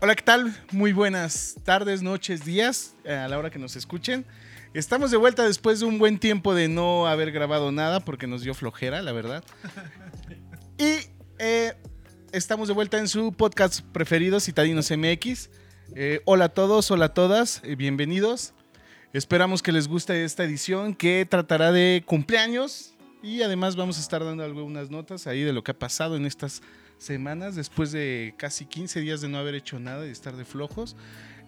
Hola, ¿qué tal? Muy buenas tardes, noches, días, eh, a la hora que nos escuchen. Estamos de vuelta después de un buen tiempo de no haber grabado nada porque nos dio flojera, la verdad. Y eh, estamos de vuelta en su podcast preferido, Citadinos MX. Eh, hola a todos, hola a todas, eh, bienvenidos. Esperamos que les guste esta edición que tratará de cumpleaños y además vamos a estar dando algunas notas ahí de lo que ha pasado en estas semanas después de casi 15 días de no haber hecho nada y estar de flojos.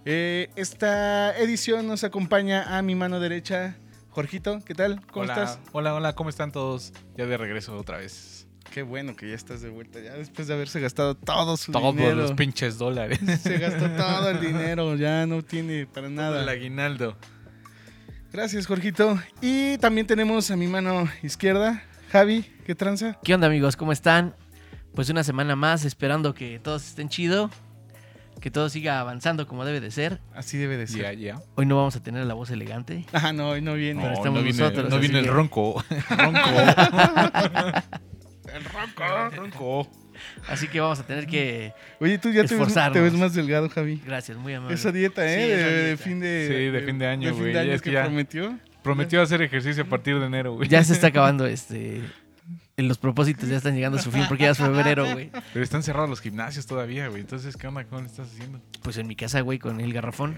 Eh, esta edición nos acompaña a mi mano derecha, Jorgito, ¿qué tal? ¿Cómo hola, estás? Hola, hola, ¿cómo están todos? Ya de regreso otra vez. Qué bueno que ya estás de vuelta, ya después de haberse gastado todo su Todos dinero. los pinches dólares. Se gastó todo el dinero, ya no tiene para Todo El nada. aguinaldo. Gracias, Jorgito. Y también tenemos a mi mano izquierda, Javi, ¿qué tranza? ¿Qué onda amigos? ¿Cómo están? Pues una semana más esperando que todos estén chido, que todo siga avanzando como debe de ser. Así debe de ser. Ya, ya. Hoy no vamos a tener la voz elegante. Ajá, no, hoy no viene. Pero estamos viene, nosotros, no así viene el que- ronco. ronco. El ronco. ronco. Así que vamos a tener que... Oye, tú ya te ves, Esforzarnos. te ves más delgado, Javi. Gracias, muy amable. Esa dieta, ¿eh? Sí, de, esa de dieta. fin de, Sí, de fin de año, de fin güey, de año es que que ya- prometió. Prometió hacer ejercicio a partir de enero, güey. Pues Ya se está acabando este... Los propósitos ya están llegando a su fin porque ya es febrero, güey. Pero están cerrados los gimnasios todavía, güey. Entonces, ¿qué onda? ¿Cómo le estás haciendo? Pues en mi casa, güey, con el garrafón.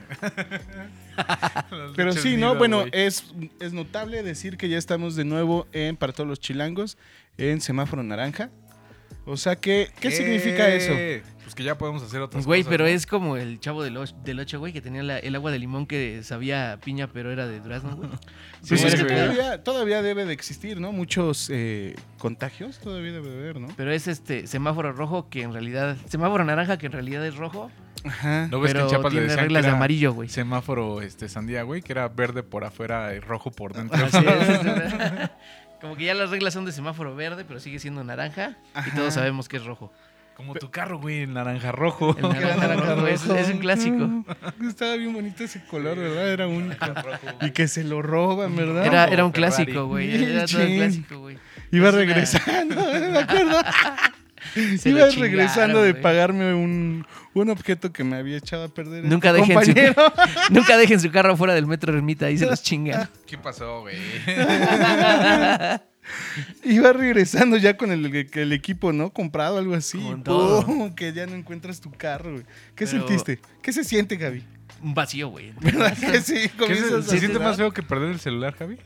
Las Pero leches sí, ¿no? nido, Bueno, güey. es, es notable decir que ya estamos de nuevo en Para Todos los Chilangos, en semáforo naranja. O sea que, ¿qué significa eso? Eh, Pues que ya podemos hacer otras Güey, cosas, pero ¿no? es como el chavo del 8, güey, que tenía la- el agua de limón que sabía a piña, pero era de durazno, güey. Sí, Pues sí, es que güey. todavía, todavía debe de existir, ¿no? Muchos eh, contagios todavía debe de haber, ¿no? Pero es este semáforo rojo que en realidad. Semáforo naranja que en realidad es rojo. Ajá. ¿No ves que pero en Chiapas le tiene decían que reglas de era amarillo, güey. semáforo este, sandía, güey? Que era verde por afuera y rojo por dentro. Así es. Como que ya las reglas son de semáforo verde, pero sigue siendo naranja. Ajá. Y todos sabemos que es rojo. Como tu carro, güey, el naranja rojo. El naranja, rojo es, es un Mm. clásico. Estaba bien bonito ese color, ¿verdad? Era único. Y Y que se lo roban, ¿verdad? Era, era un Ferrari. clásico, güey. Era todo un Chin. clásico, güey. Iba es una- regresando, ¿eh? me acuerdo. Se lo Iba chingaron, regresando de güey. pagarme un, un objeto que me había echado a perder. este Nunca dejen, su, compañero. nunca dejen su carro fuera del metro ermita, ahí se los chingan. ¿Qué pasó, güey? Iba regresando ya con el, el equipo, ¿no? Comprado, algo así. Con ¡Pum! todo. que ya no encuentras tu carro, güey. ¿Qué Pero- sentiste? ¿Qué se siente, Gaby? Un vacío, güey. ¿Verdad que sí? ¿Qué Comienzas se, a se siente sudar. más feo que perder el celular, Javi?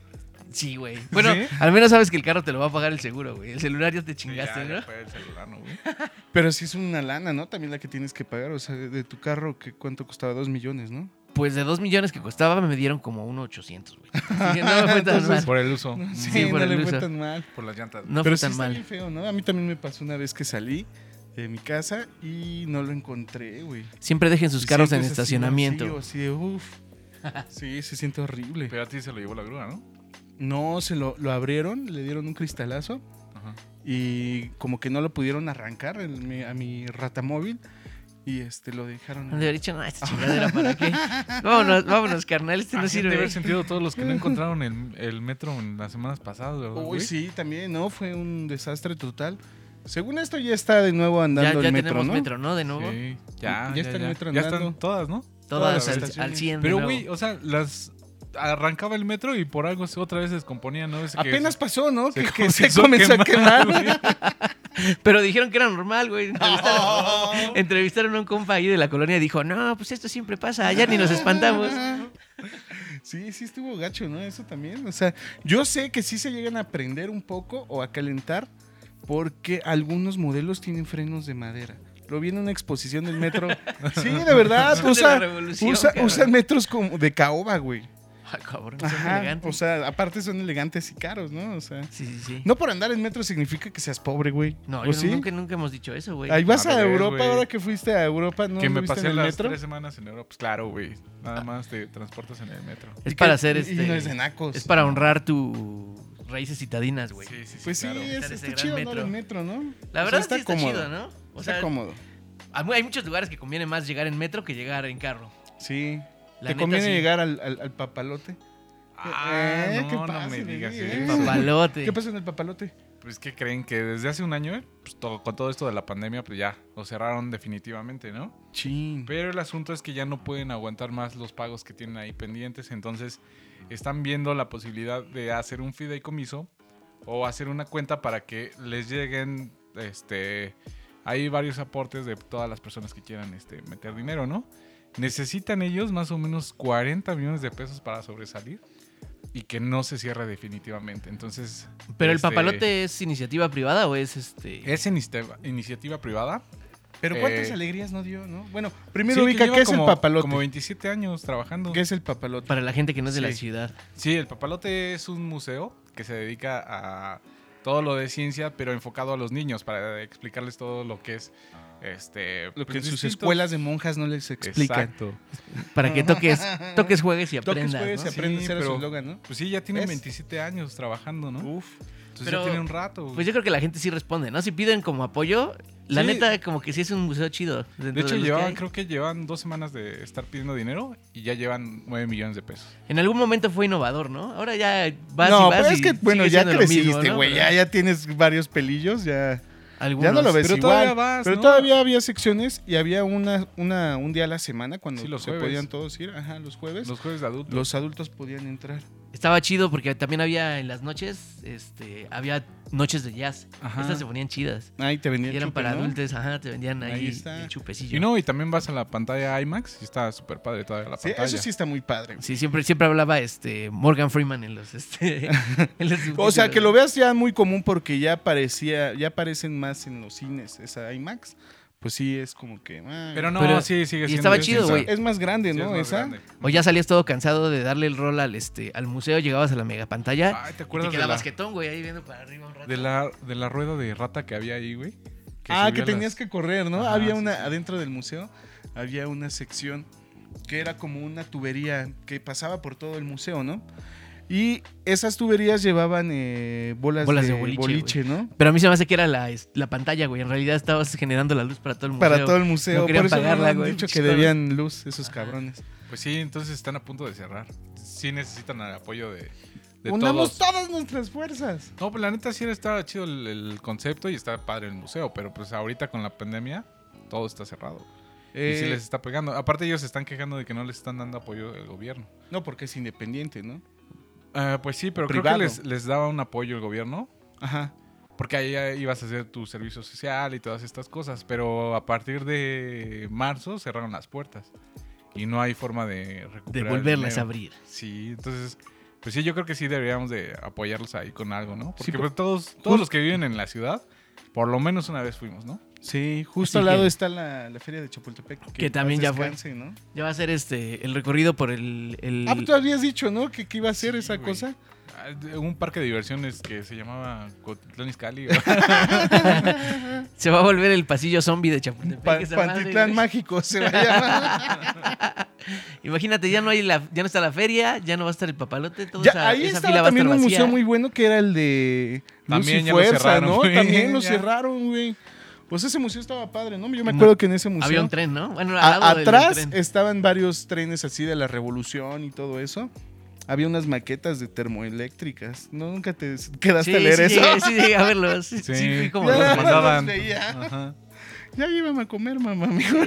Sí, güey. Bueno, ¿Sí? al menos sabes que el carro te lo va a pagar el seguro, güey. El celular ya te chingaste, Ya, ¿no? ya fue el celular, ¿no, güey? Pero sí es una lana, ¿no? También la que tienes que pagar. O sea, de tu carro, que ¿cuánto costaba? Dos millones, ¿no? Pues de 2 millones que costaba me dieron como 1.800, güey. Así que no me fue tan Entonces, mal. Por el uso, Sí, Sí, por no el le fue uso. tan mal. por las llantas. No Pero fue sí tan está mal. bien feo, ¿no? A mí también me pasó una vez que salí de mi casa y no lo encontré, güey. Siempre dejen sus carros en Sientes así estacionamiento. vacío, así de, uf. Sí, se siente horrible. Pero a ti se lo llevó la grúa, ¿no? No, se lo, lo abrieron, le dieron un cristalazo Ajá. y como que no lo pudieron arrancar el- mi- a mi ratamóvil y este lo De dejaron. haber dicho, no, esta chingadera para qué. Vámonos, vámonos, carnal, este no Así de sirve. haber sentido todos los que no encontraron el, el metro en las semanas pasadas, ¿verdad? Uy, güey? sí, también, ¿no? Fue un desastre total. Según esto ya está de nuevo Ya, andando ya el metro, tenemos ¿no? metro, ¿no? De nuevo. Sí, ya, Ya ya, está el ya. metro Ya andando. están todas, ¿no? Todas todas al, las al estaciones. 100 de Pero, nuevo. güey, o sea, las arrancaba el metro y por algo se- otra vez se descomponía, ¿no? Ese que Apenas se- pasó, ¿no? se que, que se comenzó a comenzó a quemar, quemar. Pero dijeron que era normal, güey. Entrevistaron, entrevistaron a un compa ahí de la colonia y dijo, no, pues esto siempre pasa, ya ni nos espantamos. Sí, sí estuvo gacho, ¿no? Eso también. O sea, yo sé que sí se llegan a prender un poco o a calentar porque algunos modelos tienen frenos de madera. Lo vi en una exposición del metro. Sí, de verdad. Son de la Usa, revolución, usa, cabrón. usan metros como de caoba, güey. Ah, cabrón, son Ajá. elegantes. O sea, aparte son elegantes y caros, ¿no? O sea, sí, sí, sí. no por andar en metro significa que seas pobre, güey. No, ¿O yo sí? nunca, nunca hemos dicho eso, güey. Ahí vas Al a, revés, Europa, güey. ahora que fuiste a Europa, ¿no? que me ¿Anduviste pasé en el las metro? tres semanas en Europa. Pues claro, güey. Nada más te transportas en el metro. Es Y para que- hacer y- este. Y no es de nacos. Es para honrar tus raíces citadinas, güey. sí, Pues sí, claro. es, Ese está gran chido andar metro. en metro, ¿no? La O sea, verdad sí está chido, ¿no? O está sea, cómodo. hay mu- hay muchos lugares que conviene más llegar en metro que llegar en carro. Sí. La Te neta, conviene sí. llegar al, al- al papalote. Ah, Eh, no, ¿qué no pasa, me mi digas vida? eso. Papalote. ¿Qué pasa en el papalote? Pues que creen que desde hace un año, eh, pues, todo- con todo esto de la pandemia, pues ya lo cerraron definitivamente, ¿no? Chin. Pero el asunto es que ya no pueden aguantar más los pagos que tienen ahí pendientes, entonces están viendo la posibilidad de hacer un fideicomiso o hacer una cuenta para que les lleguen, este, hay varios aportes de todas las personas que quieran este, meter dinero, ¿no? Necesitan ellos más o menos 40 millones de pesos para sobresalir y que no se cierre definitivamente. Entonces, Pero el este, papalote es iniciativa privada o es este. es iniciativa, iniciativa privada. Pero cuántas Eh, alegrías no dio, ¿no? Bueno, primero Sí, ubica lleva qué es como- el papalote. Como 27 años trabajando. ¿Qué es el papalote? Para la gente que no es de la Sí. ciudad. Sí, el Papalote es un museo que se dedica a todo lo de ciencia, pero enfocado a los niños, para explicarles todo lo que es este. Lo que en pues, sus distintos- escuelas de monjas no les explican. Exacto. Para que toques, toques, juegues y Toques aprendas. puedes ¿no? Sí, aprender a hacer su pero- eslogan, ¿no? Pues sí, ya tienen ¿Ves? 27 años trabajando, ¿no? Uf. Entonces Pero- ya tiene un rato. Pues yo creo que la gente sí responde, ¿no? Si piden como apoyo, la Sí. neta, como que sí es un museo chido. dentro de hecho, los que llevaban, hay. creo que llevan dos semanas de estar pidiendo dinero y ya llevan 9 millones de pesos. En algún momento fue innovador, ¿no? Ahora ya vas y no, vas pero es y que, bueno, sigue ya siendo lo mismo, creciste, ¿no? güey. Pero Ya, ya tienes varios pelillos, ya. algunos- Ya no lo ves Pero igual. todavía vas, pero ¿no? todavía había secciones y había una, una un día a la semana cuando Sí, los se jueves. podían todos ir. Ajá, los jueves. Los, Los jueves de adultos. adultos podían entrar. Estaba chido porque también había en las noches, este, había noches de jazz. Ajá. Estas se ponían chidas. Ahí te Y vendían. eran chupe, para ¿no? adultos, ajá, te vendían ahí, Ahí está. el chupecillo. Y no, y también vas a la pantalla IMAX y está súper padre todavía la Sí, pantalla. eso sí está muy padre. Sí, siempre, siempre hablaba este Morgan Freeman en los este, en O los sea, subtítulos. que lo veas ya muy común porque ya parecía, ya aparecen más en los cines esa IMAX. Pues sí, es como que. ay. Pero no, Pero- sí, sigue y siendo estaba esa. chido, güey. es más grande, Sí, ¿no? es más esa. grande. O ya salías todo cansado de darle el rol al este al museo, llegabas a la mega Ah, pantalla Ay, ¿te y acuerdas te de la- quedabas jetón, güey, ahí viendo para arriba un rato. De la, de la rueda de rata que había ahí, güey. ah, que subía tenías las- que correr, ¿no? Ajá, había sí, una, sí. adentro del museo, había una sección que era como una tubería que pasaba por todo el museo, ¿no? Y esas tuberías llevaban eh, bolas, Bolas de, de boliche, boliche, ¿no? Pero a mí se me hace que era la, es- la pantalla, güey. En realidad estabas generando la luz para todo el museo. Para todo el museo. No querían por eso no pagarla, han güey. dicho que Chistón. debían luz esos cabrones. Pues sí, entonces están a punto de cerrar. Sí necesitan el apoyo de, de Unamos todos. todas nuestras fuerzas. No, pues la neta sí está chido el, el concepto y está padre el museo, pero pues ahorita con la pandemia todo está cerrado. y sí Eh, les está pegando. Aparte ellos se están quejando de que no les están dando apoyo del gobierno. No, porque es independiente, ¿no? Ah, pues sí, pero Privado. creo que les, les daba un apoyo el gobierno. Ajá. Porque ahí ya ibas a hacer tu servicio social y todas estas cosas. Pero a partir de marzo cerraron las puertas. Y no hay forma de recuperar. De el volverlas dinero. a abrir. Sí, entonces, pues sí, yo creo que sí deberíamos de apoyarlos ahí con algo, ¿no? Sí, Porque pues, todos, justo- todos los que viven en la ciudad, por lo menos una vez fuimos, ¿no? Sí, justo Así al lado que- está la, la feria de Chapultepec. Que en también paz ya fue. descanse, ¿no? Ya va a ser este el recorrido por el. el- Ah, pero tú habías dicho, ¿no? Que, que iba a ser Sí, esa güey. cosa. Ah, de- Un parque de diversiones que se llamaba Cotitlán Izcalli. se va a volver el pasillo zombie de Chapultepec. Pa- esa madre, Pantitlán güey. Mágico se va a llamar. Imagínate, ya no hay la, ya no está la feria, ya no va a estar el papalote, toda Ya, esa, ahí esa estaba fila va a estar también un vacía. museo muy bueno que era el de Luz También y ya lo Fuerza, cerraron, ¿no? güey, También lo ya. cerraron, güey. Pues ese museo estaba padre, ¿no? Yo me No. acuerdo que en ese museo... Había un tren, ¿no? Bueno, al a- lado del atrás tren. estaban varios trenes así de la Revolución y todo eso. Había unas maquetas de termoeléctricas. ¿No? ¿Nunca te quedaste Sí, a leer sí, eso? llegué- sí, llegué a verlos. Sí, Sí. sí fui como Ya, los los mandaban. veía. Ajá. Ya llévame a comer, mamá, amigo.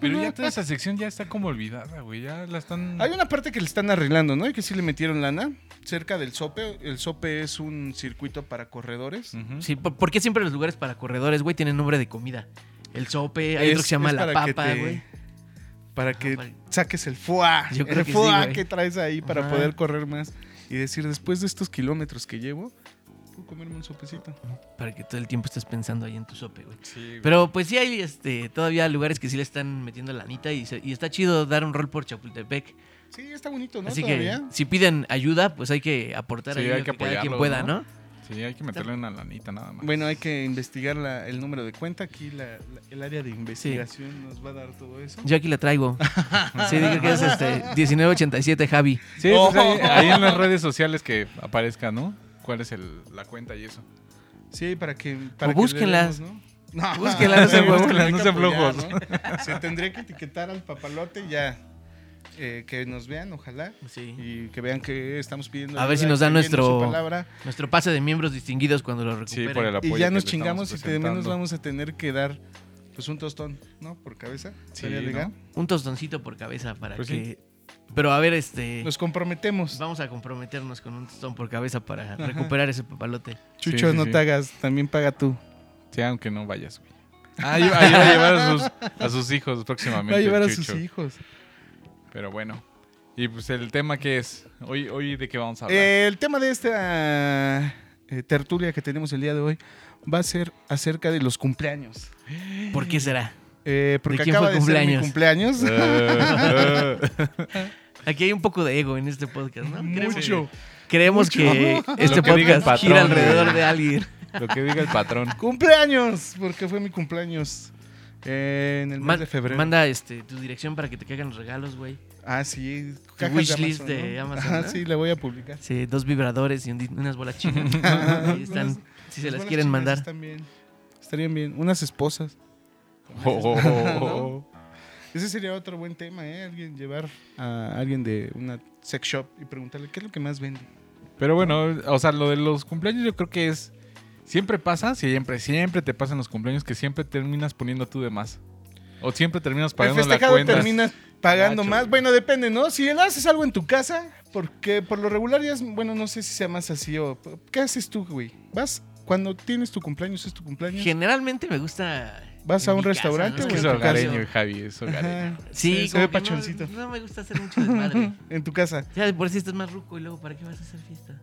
Pero ya toda esa sección ya está como olvidada, güey. Ya la están. Hay una parte que le están arreglando, ¿no? Y que sí le metieron lana. Cerca del sope. El sope es un circuito para corredores. Ujú. Sí, ¿por, por qué siempre los lugares para corredores, güey, tienen nombre de comida? El sope, hay Es- otro que se llama es la para que papa, te- güey. Para que para- saques el fuá. Yo creo El que sí, fuá güey. que traes ahí para Ajá. poder correr más. Y decir, después de estos kilómetros que llevo, puedo comerme un sopecito. Para que todo el tiempo estés pensando ahí en tu sope, güey. Sí, güey. Pero pues sí hay este, todavía lugares que sí le están metiendo lanita y, se- y está chido dar un rol por Chapultepec. Sí, está bonito, ¿no? Así Todavía. que si piden ayuda, pues hay que aportar Sí, ahí hay lo que que cada quien apoyarlos, pueda, ¿no? ¿no? Sí, hay que meterle una lanita nada más. Bueno, hay que investigar la- el número de cuenta. Aquí la- la- el área de investigación nos va a dar todo eso. Yo aquí la traigo. Sí, digo que es este 1987 Javi. Sí, Oh. pues ahí, ahí en las redes sociales que aparezca, ¿no? ¿Cuál es el- la cuenta y eso? Sí, para que. Para O que le búsquenlas. demos, ¿no? Búsquenlas, no Hay sean que huevos. apoyar, No sean flojos. ¿no? Se tendría que etiquetar al papalote y ya. eh, que nos vean, ojalá. Sí. Y que vean que estamos pidiendo. A ver ayuda, si nos dan pidiendo su nuestro- palabra. Nuestro pase de miembros distinguidos cuando lo recuperen. Sí, por el apoyo. Y ya que nos le estamos chingamos y que de menos presentando. vamos a tener que dar pues un tostón, ¿no? Por cabeza. Sí, estaría ¿no? legal. Un tostoncito por cabeza para Pues que... Pero a ver, este... Nos comprometemos. Vamos a comprometernos con un tostón por cabeza para recuperar ese papalote. Chucho, Sí, sí, no sí. te hagas, también paga tú. Sí, aunque no vayas, güey. Ahí, ahí va a llevar a sus, a sus hijos próximamente. Va a llevar a Chucho. sus hijos. Pero bueno. Y pues el tema que es. Hoy, hoy de qué vamos a hablar. Eh, el tema de esta eh, tertulia que tenemos el día de hoy va a ser acerca de los cumpleaños. ¿Por qué será? Eh, porque quién acaba fue de ser mi cumpleaños? cumpleaños. Eh, eh. Aquí hay un poco de ego en este podcast, ¿no? Creemos- Mucho. Creemos Mucho. que este Lo que diga el podcast gira patrón, alrededor güey. de alguien. Lo que diga el patrón. ¡Cumpleaños! Porque fue mi cumpleaños eh, en el mes Man- de febrero. Manda este, tu dirección para que te caigan regalos, güey. Ah, sí. Tu cajas wishlist de ¿no? Amazon, Ah, ¿no? sí, la voy a publicar. Sí, dos vibradores y un di- unas bolas chinas. Ahí están, si se Las las bolas quieren chinas mandar. Pues Están bien. Estarían bien. Unas esposas. Oh, oh, oh, oh. Ese sería otro buen tema, ¿eh? Alguien llevar a alguien de una sex shop y preguntarle qué es lo que más vende. Pero bueno, o sea, lo de los cumpleaños yo creo que es. Siempre pasa, siempre, siempre te pasan los cumpleaños que siempre terminas poniendo tú de más. O siempre terminas pagando el la festejado cuenta. terminas pagando Gacho, más. güey. Bueno, depende, ¿no? Si él haces algo en tu casa, porque por lo regular ya es, bueno, no sé si sea más así o... ¿Qué haces tú, güey? Vas, cuando tienes tu cumpleaños, es tu cumpleaños. Generalmente me gusta. ¿Vas en a un mi casa, restaurante Es ¿no? que es en tu casa. hogareño, Javi, es hogareño. Ajá. Sí, se ve como que no- pachoncito. No, me gusta hacer mucho desmadre. En tu casa. O sea, por si estás más ruco y luego, ¿para qué vas a hacer fiesta?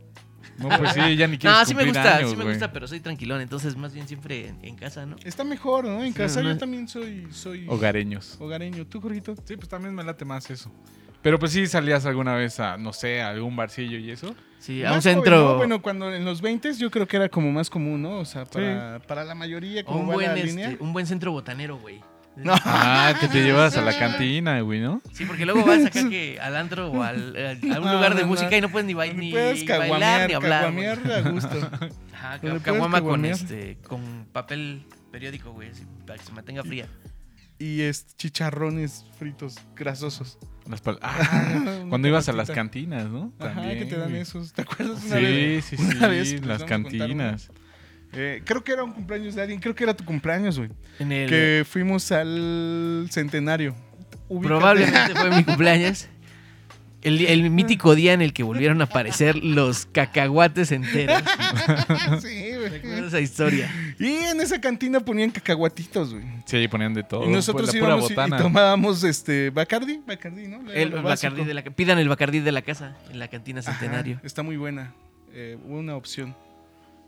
No, pues sí, ya ni quieres No, sí me cumplir gusta, años, sí me güey. gusta, pero soy tranquilón, entonces más bien siempre en, en casa, ¿no? Está mejor, ¿no? En Sí, casa no, yo no. también soy, soy Hogareños. hogareño. ¿Tú, Jorgito? Sí, pues también me late más eso. Pero pues sí salías alguna vez a, no sé, a algún barcillo y eso. Sí, a Más un joven, centro. ¿no? Bueno, cuando en los 20 yo creo que era como más común, ¿no? O sea, para, para la mayoría, o como un va buen, la este, línea. un buen centro botanero, güey. Ah, que te llevas a la cantina, güey, ¿no? Sí, porque luego vas acá que al antro o al, al- a un No, lugar de no, música no. y no puedes ni, ba- ni Ni Pues puedes caguamear, bailar ni hablar. güey. caguamear a gusto. Ajá, Donde ca- puedes caguama con caguamear. este, con papel periódico, güey, así, para que se mantenga fría. y es chicharrones fritos grasosos. Las pal- Ah, cuando Una ibas a las tortita. cantinas, ¿no? Ajá, que te dan güey. esos. ¿Te acuerdas Sí, una vez? sí, sí, una vez, les las vamos a contar cantinas. Eh, creo que era un cumpleaños de alguien. Creo que era tu cumpleaños, güey. En el, Que fuimos al centenario. Ubícate. probablemente fue mi cumpleaños. El, el mítico día en el que volvieron a aparecer los cacahuates enteros. sí, Recuerdo güey. esa historia. Y en esa cantina ponían cacahuatitos, güey. Sí, ponían de todo. Y nosotros la pura íbamos y- y, botana. tomábamos este Bacardi, Bacardi, ¿no? Lo El básico. Bacardí de la, ca- pidan el Bacardí de la casa en la cantina Ajá, Centenario. está muy buena. eh, una opción.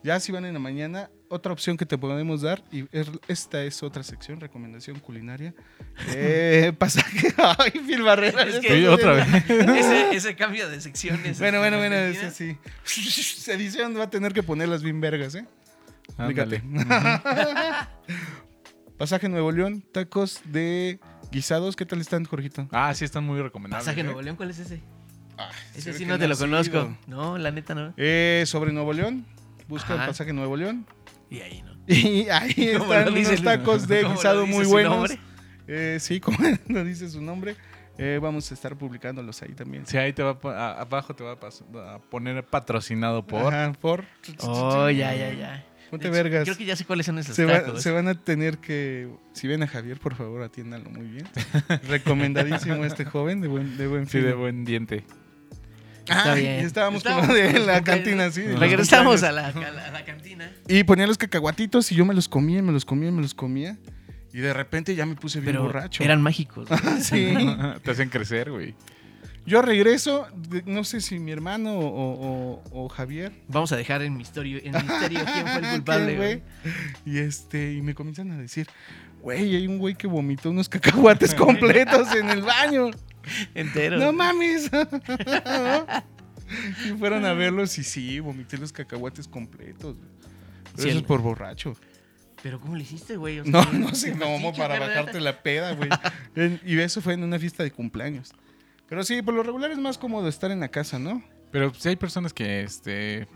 Ya si van en la mañana, otra opción que te podemos dar, y es- esta es otra sección, recomendación culinaria. Eh, pasaje. Ay, Phil Barrera. Es ya que- estás Sí, otra bien. vez. ese, ese cambio de secciones. Bueno, bueno, bueno, es Argentina. así. Edición va a tener que poner las bien vergas, ¿eh? Ándale. Pasaje Nuevo León, tacos de guisados. ¿Qué tal están, Jorgito? Ah, sí, están muy recomendables. Pasaje ¿eh? Nuevo León, ¿cuál es ese? Ese se sí ve no Ah, que te no lo has conozco. ido. No, la neta no. Eh, sobre Nuevo León. Busca el Ajá. pasaje Nuevo León. Y ahí no. Y ahí Como están lo dice unos el- tacos de como lo guisado dice muy su buenos. nombre. Eh, sí, como no dice su nombre. eh, vamos a estar publicándolos ahí también. Sí, ahí te va a po- a- abajo te va a, pas- a poner patrocinado por. Ajá, por. Oh, ya, ya, ya. Ponte De hecho, vergas. Creo que ya sé cuáles son esos Se, va- tacos. se van a tener que. Si ven a Javier, por favor, atiéndanlo muy bien. Recomendadísimo este joven de buen, de buen Sí, fin. Ah, de buen diente. Está bien. Estábamos como Estábamos de con los la cumpleaños. cantina, sí. de los Regresamos cumpleaños. a la, a la- a la cantina. Y ponía los cacahuatitos y yo me los comía, me los comía, me los comía. Y de repente ya me puse bien Pero borracho. eran mágicos. güey. Sí. Te hacen crecer, güey. Yo regreso, de- no sé si mi hermano o, o- o Javier. Ah, Vamos a dejar en misterio, en misterio quién fue el ¿qué, culpable, güey. Y este, y me comienzan a decir, güey, hay un güey que vomitó unos cacahuates completos en el baño. Entero. No mames. y fueron a verlos y sí, vomité los cacahuates completos. güey. Pero Sí, eso el- es por borracho. Pero ¿cómo le hiciste, güey? O sea, No, ¿qué- no qué sé machicho, cómo para carnal? bajarte la peda, güey. En- Y eso fue en una fiesta de cumpleaños. Pero sí, por lo regular es más cómodo estar en la casa, ¿no? Pero si hay personas que este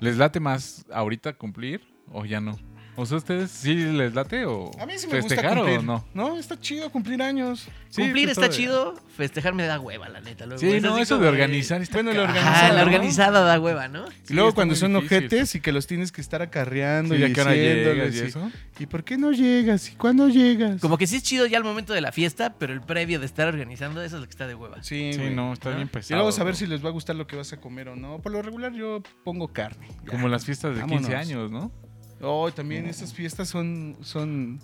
les late más ahorita cumplir o ya no. O sea, ¿ustedes sí les late o A mí sí me gusta festejar cumplir. o no? No, está chido cumplir años. Sí, Cumplir pues, está todo chido, festejar me da hueva, la neta. luego. Sí, Es no, así eso como Pues de Ah, organizar está Bueno, lo ca- organizado, Ajá, la ¿no? organizada da hueva, ¿no? Y luego está cuando muy son difícil. ojetes y que los tienes que estar acarreando Sí, y ¿a qué hora diciéndoles. llegas y y- eso? ¿Y por qué no llegas? ¿Y cuándo llegas? Como que sí es chido ya el momento de la fiesta, pero el previo de estar organizando, eso es lo que está de hueva. Sí, Sí, güey. no, está ¿no? bien Y Y pesado. luego saber bro. si les va a gustar lo que vas a comer o no. Por lo regular yo pongo carne. Ya. Como las fiestas de 15 Vámonos. años, ¿no? Oh, también esas fiestas son, son...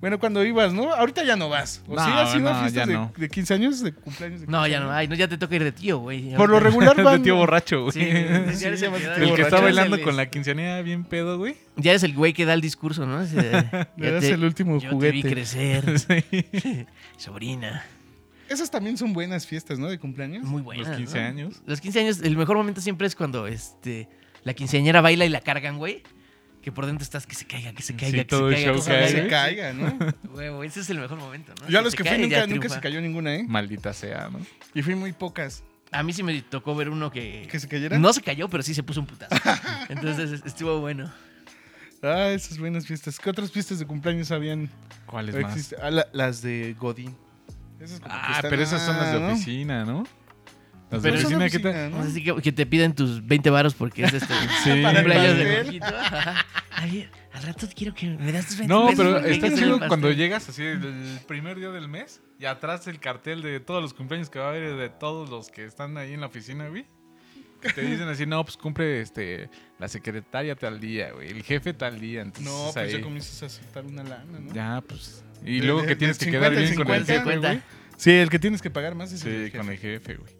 Bueno, cuando ibas, ¿no? Ahorita ya no vas. ¿O No, sí has ido a no, fiestas ya de, no. de 15 años, de cumpleaños? de No, 15 ya no, años? ay, no, ya te toca ir de tío, güey. Por lo regular de van... tío borracho, güey. Sí, ya eres Sí, el llamas da- tío El que está borracho. bailando el- con la quinceañera bien pedo, güey. Ya eres el güey que da el discurso, ¿no? Así de, ya das el último yo juguete. Te vi crecer, Sí. sobrina. Esas también son buenas fiestas, ¿no? De cumpleaños. Muy buena. Los 15 años. Los 15 años, el mejor momento siempre es cuando este, la quinceañera baila y la cargan, güey. Que por dentro estás que se caiga, que se caiga, que todo el se caiga. show que Ojalá cae, se ¿eh? caiga, ¿no? Huevo, ese es el mejor momento, ¿no? Yo a Si los se que cae, fui ya nunca, nunca se triunfa. cayó ninguna, ¿eh? Maldita sea, ¿no? Y fui muy pocas. A mí sí me tocó ver uno que... ¿Que se cayeran? No se cayó, pero sí se puso un putazo. Entonces es- estuvo bueno. Ah, esas buenas fiestas. ¿Qué otras fiestas de cumpleaños habían? ¿Cuál es o más? existe? Ah, la- las de Godín. Esas como que Ah, están- pero esas son las de ah, ¿no? oficina, ¿no? Las de Pero esas son oficina, de ¿qué tal? oficina, ¿no? Así que, que te piden tus 20 varos porque es este... Sí. Para el cumpleaños de pastel. Jorgito. Ajá. Ay, al rato quiero que me das tus 20 No, pesos pero Pues, porque hay está que hacer chido el cuando pastel. llegas así el primer día del mes y atrás el cartel de todos los cumpleaños que va a haber de todos los que están ahí en la oficina, güey. Que Te dicen así, no, pues cumple este la secretaria tal día, güey, el jefe tal día. Entonces, No, pues ahí- ya comienzas a soltar una lana, ¿no? Ya, pues. Y De- luego de- que tienes del que quedar 50 al bien con el 50, jefe, güey. Sí, el que tienes que pagar más es el Sí, jefe. con el jefe, güey.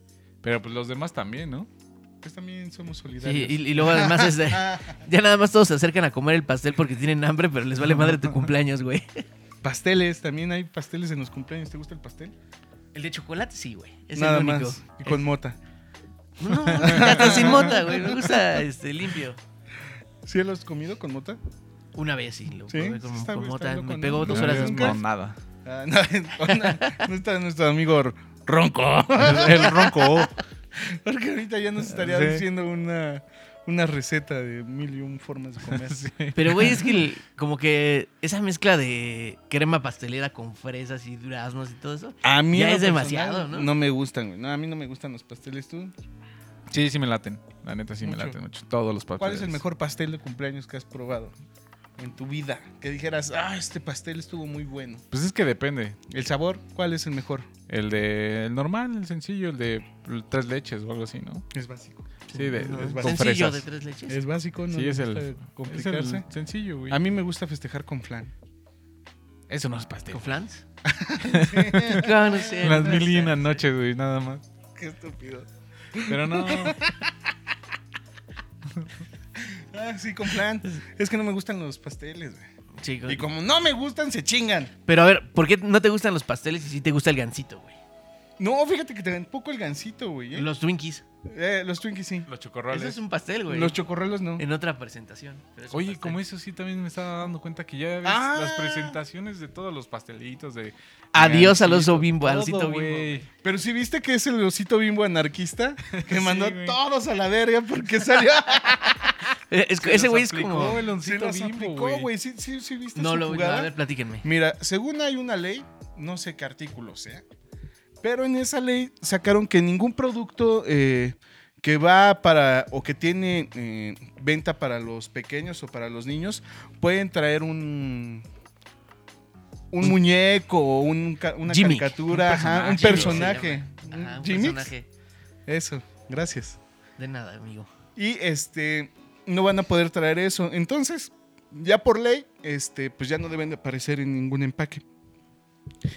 Pero pues los demás también, ¿no? Pues también somos Sí, solidarios. y, y luego además es de- Ah, Ya nada más todos se acercan a comer el pastel porque tienen hambre, pero les vale madre tu cumpleaños, güey. pasteles, también hay pasteles en los cumpleaños. ¿Te gusta el pastel? El de chocolate sí, güey. Es Nada el único. más. Y con mota. No, hasta sin mota, güey. Me gusta este, limpio. ¿Sí lo has comido con mota? Una vez sí, lo Sí, probé con, sí está- con está mota. loco, Me ¿no? pegó dos No, horas yo después. nunca- con nada. Ah, no, no, no está nuestro amigo Ronco. el ronco. Porque ahorita ya nos estaría Sí. diciendo una, una receta de mil y un formas de comer. Pero, güey, es que el- como que esa mezcla de crema pastelera con fresas y duraznos y todo eso. A mí Ya en lo es demasiado, ¿no? No me gustan, güey. No, a mí no me gustan los pasteles. ¿Tú? Sí, sí me laten. La neta sí me Mucho. laten mucho. Todos los papeles. ¿Cuál es el mejor pastel de cumpleaños que has probado en tu vida? Que dijeras, ah, este pastel estuvo muy bueno. Pues es que depende. ¿El sabor? ¿Cuál es el mejor? El de el normal, el sencillo, el de tres leches o algo así, ¿no? Es básico. Sí, de, no, de- es con Sencillo de fresas. tres leches. Es básico, no Sí, me es el, gusta es el complicarse. sencillo, güey. A mí me gusta festejar con flan. Eso no es pastel. ¿Con flans? no, no sé. Las no mil y sé, una no sé. noches, güey, nada más. Qué estúpido. Pero no. Ah, sí, con flan. Es que no me gustan los pasteles, güey. Sí, con- Y como no me gustan, se chingan. Pero a ver, ¿por qué no te gustan los pasteles y sí te gusta el gansito, güey? No, fíjate que tampoco el gancito, güey. ¿eh? Eh, Los, Los Twinkies. Twinkies sí. Los chocorroles. Ese es un pastel, güey. Los chocorrelos no. En otra presentación. pero es un Oye, pastel. como eso sí también me estaba dando cuenta que ya ves Ah. las presentaciones de todos los pastelitos de. Adiós al gansito, oso bimbo, al todo, osito bimbo. güey. Pero si viste que es el osito bimbo anarquista que Sí, mandó güey. todos a la verga porque salió. Eh, es- Se ese los güey es aplicó como. el Se oncito los bimbo, aplicó, güey. Sí, sí, sí viste No su lo jugada? A ver, platíquenme. Mira, según hay una ley, no sé qué artículo sea, pero en esa ley sacaron que ningún producto eh, que va para o que tiene eh, venta para los pequeños o para los niños pueden traer un un muñeco o un ca- una Gimmick. caricatura, ajá, un personaje, se llama. Ajá, un Gimmicks. personaje. Eso, gracias. De nada, amigo. Y este no van a poder traer eso. Entonces, ya por ley, este, pues ya no deben de aparecer en ningún empaque.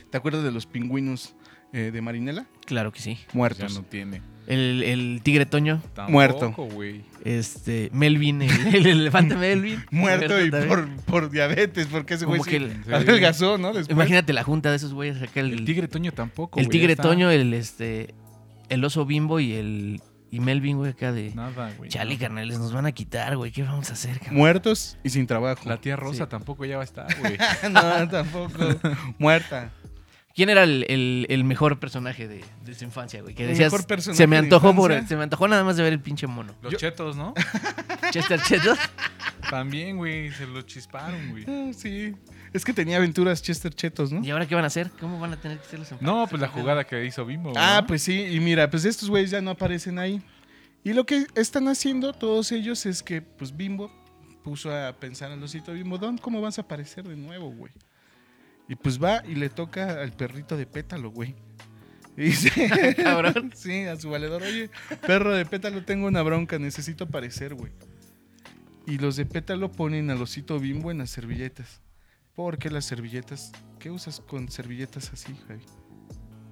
¿Te acuerdas de los pingüinos eh, de Marinela? Claro que sí. Ya Muertos. no tiene. El, el tigre Toño, Tampoco, Muerto. güey. este, Melvin, el, el elefante Melvin. Muerto y también. por, por diabetes, porque ese güey Como que sí el- adelgazó, ¿no? Después. Imagínate la junta de esos güeyes. Acá el, El tigre Toño tampoco. el güey, tigre está- Toño, el este. El oso bimbo y el. Y Melvin, güey, acá de. Nada, güey. Chale, carnales, nos van a quitar, güey. ¿Qué vamos a hacer, cabrón? Muertos y sin trabajo. La tía Rosa Sí. tampoco ya va a estar, güey. no, tampoco. Muerta. ¿Quién era el, el- el mejor personaje de, de su infancia, güey? Que ¿El decías, mejor personaje se me de antojó por, infancia? se me antojó nada más de ver el pinche mono. Los chetos, ¿no? Chester Chetos. También, güey, se lo chisparon, güey. Ah, Sí. Es que tenía aventuras Chester Chetos, ¿no? ¿Y ahora qué van a hacer? ¿Cómo van a tener que ser los empaques? No, pues la jugada que hizo Bimbo. Ah, ¿no? pues sí, y mira, pues estos güeyes ya no aparecen ahí. Y lo que están haciendo todos ellos es que, pues Bimbo puso a pensar al osito Bimbo, Don, ¿cómo vas a aparecer de nuevo, güey? Y pues va y le toca al perrito de pétalo, güey. Y dice, Cabrón. sí, a su valedor, oye, perro de pétalo, tengo una bronca, necesito aparecer, güey. Y los de pétalo ponen al osito Bimbo en las servilletas. Porque las servilletas, ¿qué usas con servilletas así, Javi?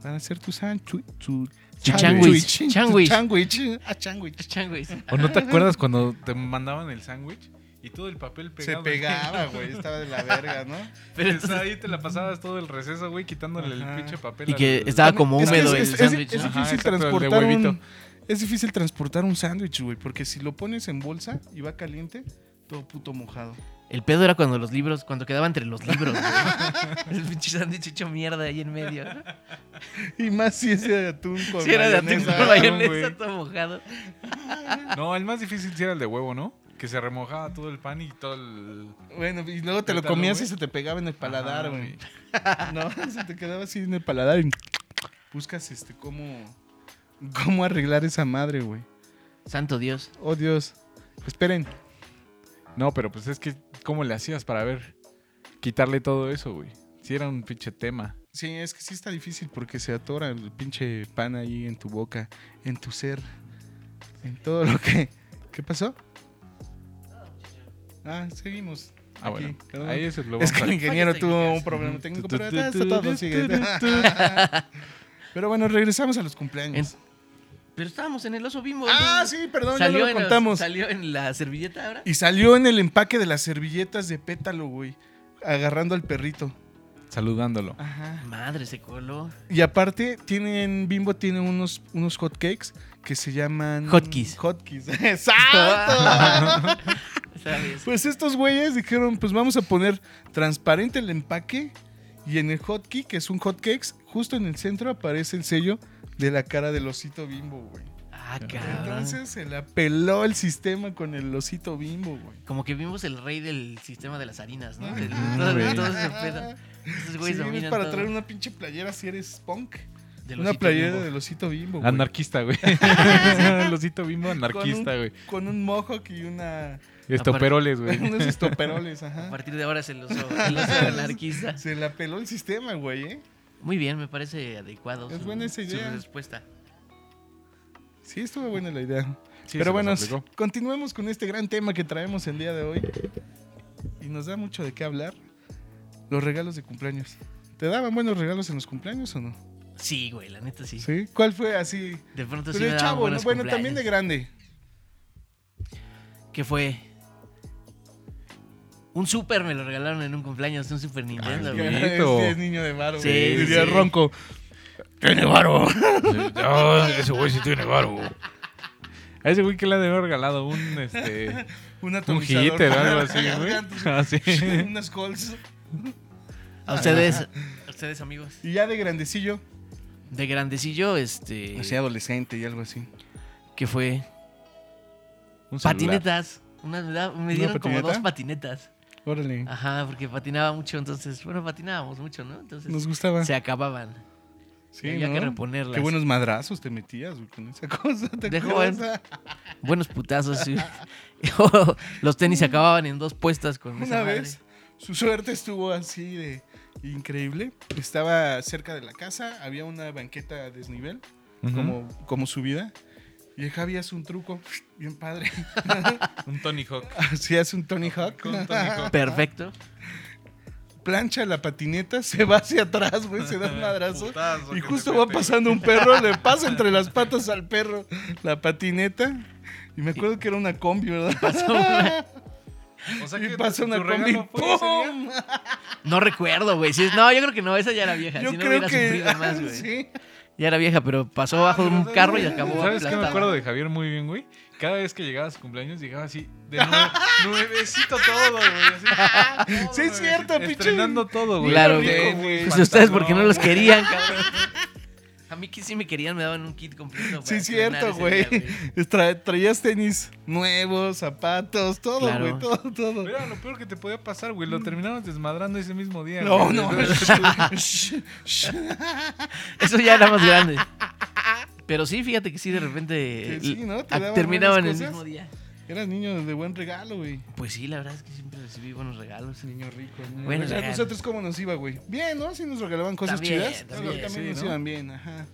Para hacer tu sándwich, tu Changuis. tu Changuis. changuich, ah, changuich. Changuis. ¿O no te acuerdas cuando te mandaban el sándwich y todo el papel Se pegado? pegaba, güey, estaba de la verga, ¿no? Pero Pues ahí te la pasabas todo el receso, güey, quitándole Ajá. el pinche papel. Y que al- estaba como Es que húmedo es, el es- sándwich. es ¿no? Ajá, difícil exacto, el de transportar un, huevito. es difícil transportar un sándwich, güey, porque si lo pones en bolsa y va caliente, todo puto mojado. El pedo era cuando los libros, cuando quedaba entre los libros. güey. el pinche sándwich hecho mierda ahí en medio. Y más si es de atún con Si era de atún mayonesa. con güey. mayonesa, todo mojado. No, el más difícil sí era el de huevo, ¿no? Que se remojaba todo el pan y todo el... Bueno, y luego te lo Pétalo, comías güey. y se te pegaba en el paladar, Ajá, güey. No, se te quedaba así en el paladar y buscas este cómo cómo arreglar esa madre, güey. Santo Dios. Oh, Dios. Esperen. No, pero pues es que, ¿cómo le hacías para ver? Quitarle todo eso, güey. Si era un pinche tema. Sí, es que sí está difícil porque se atora el pinche pan ahí en tu boca, en tu ser, en todo lo que... ¿Qué pasó? Ah, seguimos. Ah, Aquí, bueno. cada uno. Ahí eso lo Es vamos que el a... ingeniero Fallas tuvo técnicas. un problema técnico, pero Tu, tu, ya está tu, todo, tu, sigue. tu, Pero bueno, regresamos a los cumpleaños. Pero estábamos en el oso bimbo. Ah, entonces- sí, perdón, ya no lo en los- contamos. salió en la servilleta ahora. Y salió en el empaque de las servilletas de pétalo, güey. Agarrando al perrito. Saludándolo. Ajá. Madre, se coló. Y aparte, tienen, Bimbo tiene unos, unos hotcakes que se llaman... Hotkeys. Hotkeys, exacto. ¿Sabes? pues estos güeyes dijeron, pues vamos a poner transparente el empaque y en el hotkey, que es un hotcakes, justo en el centro aparece el sello de la cara del osito Bimbo, güey. Ah, cabrón. Entonces se la peló el sistema con el osito Bimbo, güey. Como que vimos el rey del sistema de las harinas, ¿no? Ajá, Del- todo, güey. todo ese pedo. Esos Si vienes güeyes dominan para todo. traer una pinche playera si eres punk. Del Una osito playera bimbo. del osito Bimbo, güey. Anarquista, güey. El osito bimbo anarquista, güey. Con un mohawk y una... Estoperoles, güey. unos estoperoles, A ajá. partir de ahora es el oso, el oso anarquista. Se la peló el sistema, güey, ¿eh? Muy bien, me parece adecuado. Es buena esa idea. Su respuesta. Sí, estuvo buena la idea. Sí, se Pero bueno, las aplicó. continuemos con este gran tema que traemos el día de hoy. Y nos da mucho de qué hablar. Los regalos de cumpleaños. ¿Te daban buenos regalos en los cumpleaños o no? Sí, güey, la neta sí. ¿Sí? ¿Cuál fue así? De pronto Pero sí me de daban chavo, ¿no? buenos Bueno, también de cumpleaños. grande. ¿Qué fue? Un super me lo regalaron en un cumpleaños de un Super Nintendo, Que güey. bien. es, Bonito. es niño de varo, Sí, güey. sí, Diría sí. ronco. Tiene varo. ese güey sí tiene varo. A ese güey que le ha de haber regalado un, este, Un un atomizador. hitter o algo así, güey. Ah, Así. Unas calls. A Ah, ustedes, a ustedes amigos. Y ya de grandecillo. De grandecillo, este, Así adolescente y algo así. ¿qué fue? Un celular. Patinetas. Una, me da- me dieron como patineta? dos patinetas. Órale. Ajá, porque patinaba mucho, entonces, bueno, patinábamos mucho, ¿no? Entonces Nos gustaba. se acababan. Sí, había ¿no? que reponerlas. Qué buenos madrazos te metías güey, con esa cosa. ¿te De acuerdas? joven. Buenos putazos. sí. Oh, Los tenis se acababan en dos puestas con esa Una madre. vez, su suerte estuvo así de increíble. Estaba cerca de la casa, había una banqueta a desnivel, Ujú. como, como subida. Y el Javi hace un truco bien padre. Un Tony Hawk. Así hace un Tony Hawk. Con Tony Hawk. Perfecto. Plancha la patineta, se va hacia atrás, güey, se da un madrazo. Putazo Y que justo le va mete, pasando un perro, le pasa entre las patas al perro la patineta. Y me acuerdo que era una combi, ¿verdad? güey. O sea y que pasa tu una regalo combi. fue ese día. ¡pum! No recuerdo, güey. Si es- no, yo creo que no, esa ya era vieja. Yo si no creo hubiera que. sufrido más, güey. sí. Ya era vieja, pero pasó bajo de un carro y acabó ¿Sabes qué me aplastada. acuerdo de Javier muy bien, güey? Cada vez que llegaba a su cumpleaños, llegaba así de nue- nuevecito todo, güey. así. Todo Sí, es cierto, nuevecito. pinche- Estrenando todo, güey. Claro, Tenis, güey. Pues pantalón, ustedes porque no los querían, cabrón. A mí que sí me querían, me daban un kit completo. para Sí, entrenar cierto, ese güey. día, güey. Tra- traías tenis nuevos, zapatos, todo, Claro. güey, todo, todo. Era lo peor que te podía pasar, güey. Lo terminaron desmadrando ese mismo día. Mm. No, güey. no. Eso ya era más grande. Pero sí, fíjate que sí, de repente Que sí, ¿no? Te ah, daban terminaban el buenas cosas. mismo día. Eras niño de buen regalo, güey. Pues sí, la verdad es que siempre recibí buenos regalos. Niño rico. niño Bueno, rico. O sea, regalo. Mm, nosotros cómo nos iba, güey. Bien, ¿no? Sí nos regalaban cosas También, chidas. Claro, también, También, sí, nos ¿no? iban bien, ajá.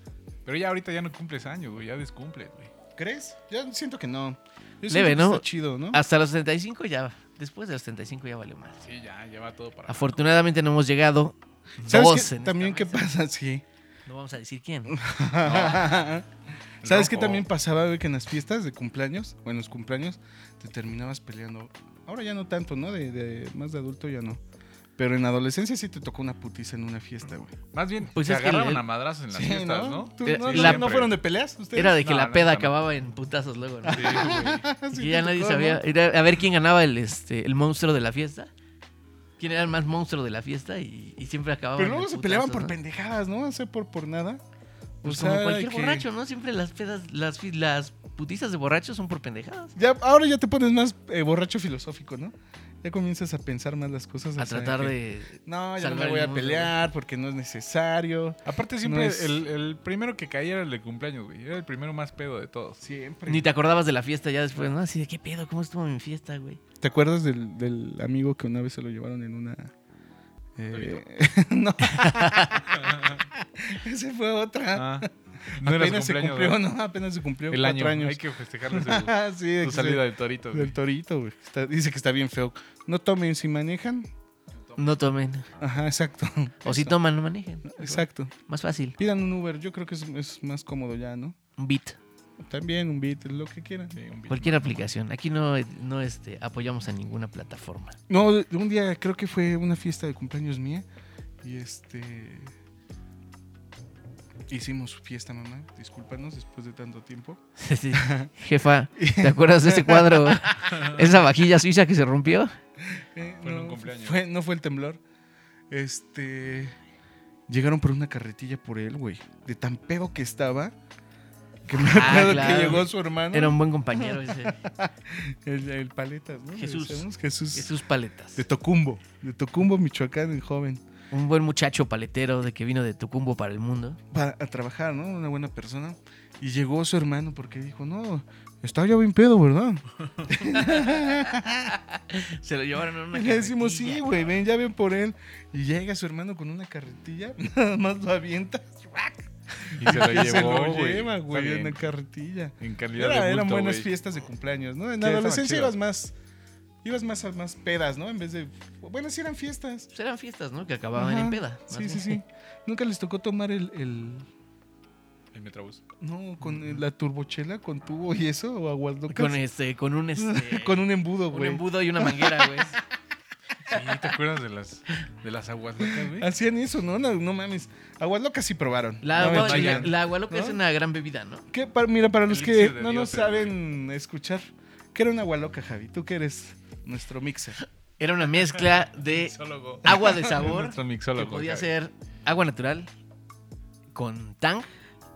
Pero ya ahorita ya no cumples años, güey. Ya descumples, güey. ¿Crees? Yo siento que no. Yo siento Leve, que ¿no? Está chido, ¿no? Hasta los 75 ya, después de los 75 ya valió más. Sí, ya, ya va todo para. Ah, Afortunadamente no hemos llegado. ¿Sabes qué? dos en este También qué esta mesa. pasa, sí. No vamos a decir quién. ¿Sabes qué No. también pasaba, güey? Que en las fiestas de cumpleaños, o en los cumpleaños, te terminabas peleando. Ahora ya no tanto, ¿no? De, de- más de adulto ya no. Pero en adolescencia sí te tocó una putiza en una fiesta, güey. Más bien, Pues se es que agarraban le- a madrazos en las Sí, fiestas, ¿no? ¿no? ¿Tú Eh, no, Sí, no- siempre. no fueron de peleas ustedes? Era de que No, la la peda neta no. acababa en putazos luego, ¿no? Sí, güey. Ah, Sí, Y te ya nadie tocó, ¿no? sabía. ah, Era a ver quién ganaba el, este, el monstruo de la fiesta. ¿Quién era el más monstruo de la fiesta? Y, y siempre acababan. Pero de luego se peleaban putazos, por ¿no? pendejadas, ¿no? O sea, por, por nada. O Pues sea, como cualquier que- borracho, ¿no? Siempre las pedas, las, fi- las putizas de borrachos son por pendejadas. Ya, ahora ya te pones más eh, borracho filosófico, ¿no? Ya comienzas a pensar más las cosas. A o sea, tratar que, de. No, ya no salvar me el voy a mundo, pelear porque no es necesario. Aparte, siempre No es- el, el primero que caía era el de cumpleaños, güey. Era el primero más pedo de todos. Siempre. Ni te acordabas de la fiesta ya después, ¿no? Así de qué pedo, ¿cómo estuvo mi fiesta, güey? ¿Te acuerdas del, del amigo que una vez se lo llevaron en una. eh, no. Ese fue otra. Ah, no era su apenas se cumpleaños, cumplió, ¿verdad? ¿no? Apenas se cumplió. El año. cuatro años. Hay que festejarles el- Ah, sí, de tu que salida del torito, se- güey. del torito, güey. Está- dice que está bien feo. No tomen si manejan. No tomen. Ajá, exacto. O si Eso. toman, no manejen. Exacto. Más fácil. Pidan un Uber. Yo creo que es, es más cómodo ya, ¿no? Un beat. También un beat, lo que quieran. Sí, un beat. Cualquier aplicación. Aquí no, no este, apoyamos a ninguna plataforma. No, un día creo que fue una fiesta de cumpleaños mía. Y este. Hicimos fiesta, mamá. Discúlpanos después de tanto tiempo. Sí. Jefa, ¿te acuerdas de ese cuadro? Esa vajilla suiza que se rompió. Eh, Fue en un cumpleaños. fue- no fue el temblor. Este. Llegaron por una carretilla por él, güey. De tan pedo que estaba. Que me Ah, acuerdo claro. que llegó su hermano. Era un buen compañero ese. El, el Paletas, ¿no? Le Jesús. decíamos, Jesús. Jesús Paletas. De Tocumbo. De Tocumbo, Michoacán, el joven. Un buen muchacho paletero de que vino de Tucumbo para el mundo. para- a trabajar, ¿no? Una buena persona. Y llegó su hermano porque dijo, no, está ya bien pedo, ¿verdad? Se lo llevaron a una Y le decimos, sí, carretilla, güey, cabrón. ven, ya ven por él. Y llega su hermano con una carretilla, nada más lo avienta. Y se lo Y se llevó, lo güey. lleva, Está güey, en bien. la carretilla. En calidad Era- de bulto, eran buenas güey. fiestas de cumpleaños, ¿no? En Sí, la estaban adolescencia ibas chidas. más, ibas más a más pedas, ¿no? En vez de, bueno, sí eran fiestas. Pues eran fiestas, ¿no? Que acababan Ajá. en peda. más Sí, bien. sí, sí. Nunca les tocó tomar el, el El metrobús. no, con el- la turbochela, con tubo y eso, o aguardocas. Con este, con un este. Con un embudo, un güey. embudo y una manguera, güey. Sí, ¿te acuerdas de las, de las aguas locas, güey? Hacían eso, ¿no? No, no mames. Aguas locas sí probaron. La, No me agua, la, vayan. la agua loca ¿No? es una gran bebida, ¿no? ¿Qué? Pa- mira, para los que Elixir de no nos Dios, saben escuchar, ¿qué era una agua loca, Javi? Tú que eres nuestro mixer. Era una mezcla de Mixólogo. agua de Es sabor Nuestro que mixólogo. podía Javi. ser agua natural con tang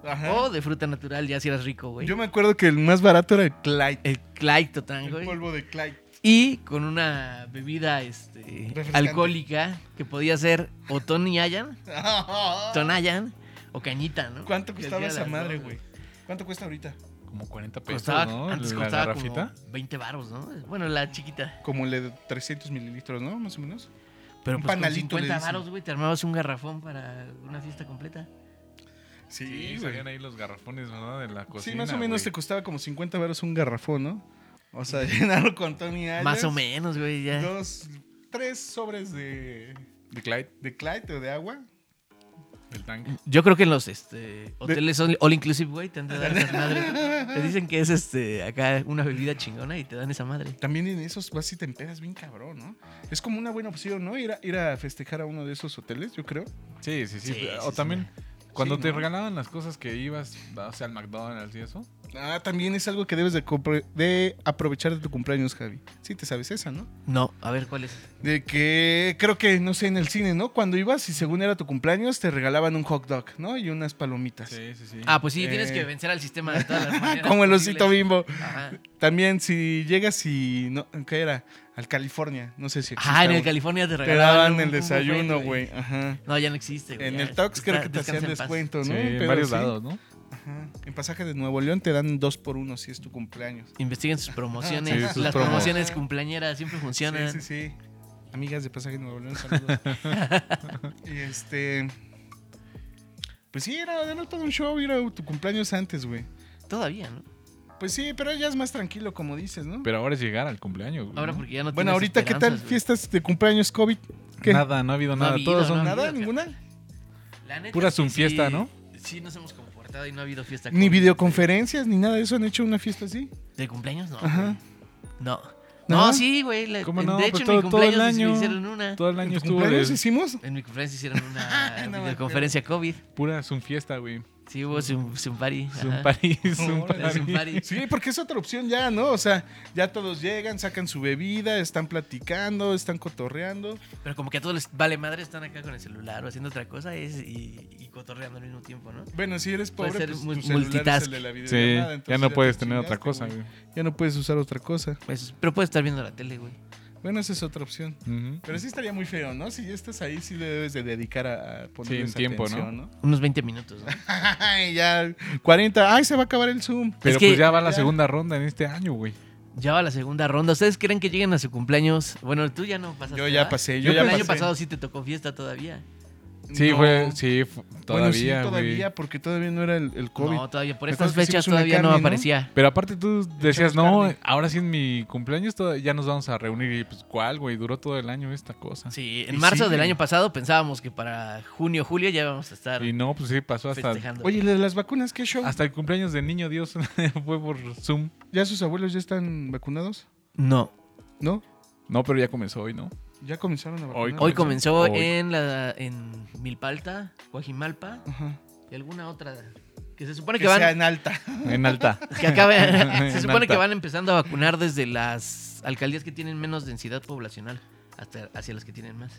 Ajá. o de fruta natural, ya si eras rico, Oh, güey. Yo me acuerdo que el más barato era el Clyde. El Clyde tang, El güey. polvo de Clyde. Y con una bebida este, Refrescante. alcohólica que podía ser o Tony Ayan, Tonayan o Cañita, ¿no? ¿Cuánto Que costaba hacía esa las madre, dos, güey? ¿Cuánto cuesta ahorita? Como 40 pesos, Costaba, ¿no? Antes la costaba como garrafita. 20 baros, ¿no? Bueno, la chiquita. Como le de 300 mililitros, ¿no? Más o menos. Pero Un pues con panalito, 50 le dicen. baros, güey, te armabas un garrafón para una fiesta completa. Sí, güey. salían ahí los garrafones, ¿no? De la Sí, cocina. más o menos güey. te costaba como 50 varos un garrafón, ¿no? O sea, llenarlo con Tony Allen. Más o menos, güey, ya. Dos, tres sobres de, De Clyde, de Clyde o de agua. del tanque. Yo creo que en los este, hoteles all, all inclusive, güey, te han de dar esas madres. Te dicen que es este acá una bebida chingona y te dan esa madre. También en esos vas y te empedas bien cabrón, ¿no? Es como una buena opción, ¿no? Ir a, ir a festejar a uno de esos hoteles, yo creo. Sí, sí, sí. Sí, o sí, también, cuando Sí, te ¿no? regalaban las cosas que ibas, o sea, al McDonald's y eso, Ah, también es algo que debes de, compre- de aprovechar de tu cumpleaños, Javi. Sí, te sabes esa, ¿no? No, a ver cuál es. De que creo que, no sé, en el cine, ¿no? Cuando ibas y según era tu cumpleaños, te regalaban un hot dog, ¿no? Y unas palomitas. Sí, sí, sí. Ah, pues sí, tienes Eh. que vencer al sistema de todas las maneras. Como el posibles. osito bimbo. Ajá. También si llegas y no, ¿qué era? Al California, no sé si existe Ah, en el aún. California te te regalaban. daban un- el un buffet, desayuno, güey. Ajá. No, ya no existe, güey. En ya. el Tox creo Está- que te hacían descansa en paz. descuento, ¿no? Sí, Un en pedo varios así. lados, ¿no? Ajá. En pasaje de Nuevo León te dan dos por uno si es tu cumpleaños. Investiguen sus promociones. Sí, sus las promos. promociones cumpleañeras siempre funcionan. Sí, sí, sí. Amigas de pasaje de Nuevo León, saludos. y este. Pues sí, era, era todo un show, era tu cumpleaños antes, güey. Todavía, ¿no? Pues sí, pero ya es más tranquilo, como dices, ¿no? Pero ahora es llegar al cumpleaños, güey. Ahora ¿no? porque ya no bueno, tienes ahorita, ¿qué tal esperanzas, güey. fiestas de cumpleaños COVID? ¿Qué? Nada, no ha habido No ha nada. habido, Todos son no ha ¿Nada? mira, ¿Ninguna? La neta pura es que zunfiesta, sí- ¿no? Sí, nos hemos comportado y no ha habido fiesta. Ni con- videoconferencias, ni nada de eso. ¿Han hecho una fiesta así? ¿De cumpleaños? No. Ajá. güey. No. ¿No? No, sí, güey. la- ¿Cómo en- no? De Pues hecho, en todo- mi todo cumpleaños el año. hicieron una. Todo el ¿En año tu estuvo cumpleaños de hicimos? En mi cumpleaños hicieron una No me videoconferencia COVID. pura zunfiesta, güey. Sí, hubo zum, zumpari. ajá. Zumpari, Órale, zumpari. zumpari. Sí, porque es otra opción ya, ¿no? O sea, ya todos llegan, sacan su bebida, están platicando, están cotorreando. Pero como que a todos les vale madre, están acá con el celular o haciendo otra cosa es- y, y cotorreando al mismo tiempo, ¿no? Bueno, si eres Puede pobre, ser pues mul- tu celular es multitask. el de la Sí, videollamada. ya entonces no te puedes tener otra chingaste, cosa, güey. güey. Ya no puedes usar otra cosa. Pues, pero puedes estar viendo la tele, güey. Bueno, esa es otra opción. Ujú. Pero sí estaría muy feo, ¿no? Si ya estás ahí, sí le debes de dedicar a, a ponerle Sí, en esa tiempo, atención, ¿no? ¿no? Unos 20 minutos, ¿no? Ay, ya 40. Ay, se va a acabar el Zoom. Pero que- pues ya va la Ya. segunda ronda en este año, güey. Ya va la segunda ronda. ¿Ustedes creen que lleguen a su cumpleaños? Bueno, tú ya no pasaste. Yo ya ¿verdad? pasé, yo el ya año pasé. pasado sí te tocó fiesta todavía. Sí, No. fue, sí, fu- Bueno, sí, todavía, güey. todavía, porque todavía no era el, el COVID. No, todavía. Por Me estas acuerdo que fechas hicimos una todavía no carne, ¿no? aparecía. Pero aparte tú decías, no, carne". ahora sí en mi cumpleaños toda- ya nos vamos a reunir. Y pues, ¿cuál, güey? Duró todo el año esta cosa. Sí, Y en marzo sí, del güey. año pasado pensábamos que para junio, julio ya íbamos a estar Y no, pues sí, pasó hasta, festejando. Oye, ¿la de las vacunas qué show? hasta el cumpleaños de niño Dios. fue por Zoom. ¿Ya sus abuelos ya están vacunados? no. ¿No? No, pero ya comenzó hoy, ¿no? ¿Ya comenzaron a vacunar? Hoy Hoy Comenzó. comenzó Hoy. en la en Milpalta, Guajimalpa Ajá. y alguna otra que se supone que, Que van sea en alta. En alta. que acabe- En se supone que alta. van empezando a vacunar desde las alcaldías que tienen menos densidad poblacional hasta hacia las que tienen más.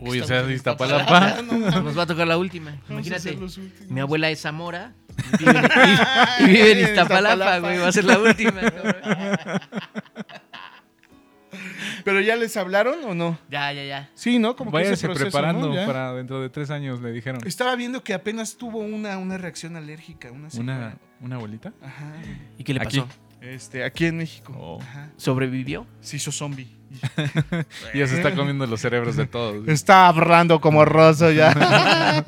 Uy, o sea, de Ah, Iztapalapa. no, mames. Nos va a tocar la última. Vamos a Imagínate. hacer los últimos. Mi abuela es Zamora y vive, y- y vive en Iztapalapa, güey. Va a ser la última. cabrón. ¿Pero ya les hablaron o no? Ya, ya, ya. Sí, ¿no? Como que ese Váyase proceso, preparando ¿no? Ya. Este, para dentro de tres años, le dijeron. Estaba viendo que apenas tuvo una, una reacción alérgica, una ¿Una, secuela. una abuelita? Ajá. ¿Y qué le Aquí. pasó? Este, aquí en México. Oh. Ajá. ¿Sobrevivió? Se hizo zombie. Y ya se está comiendo los cerebros de todos. güey. Está hablando como roso ya.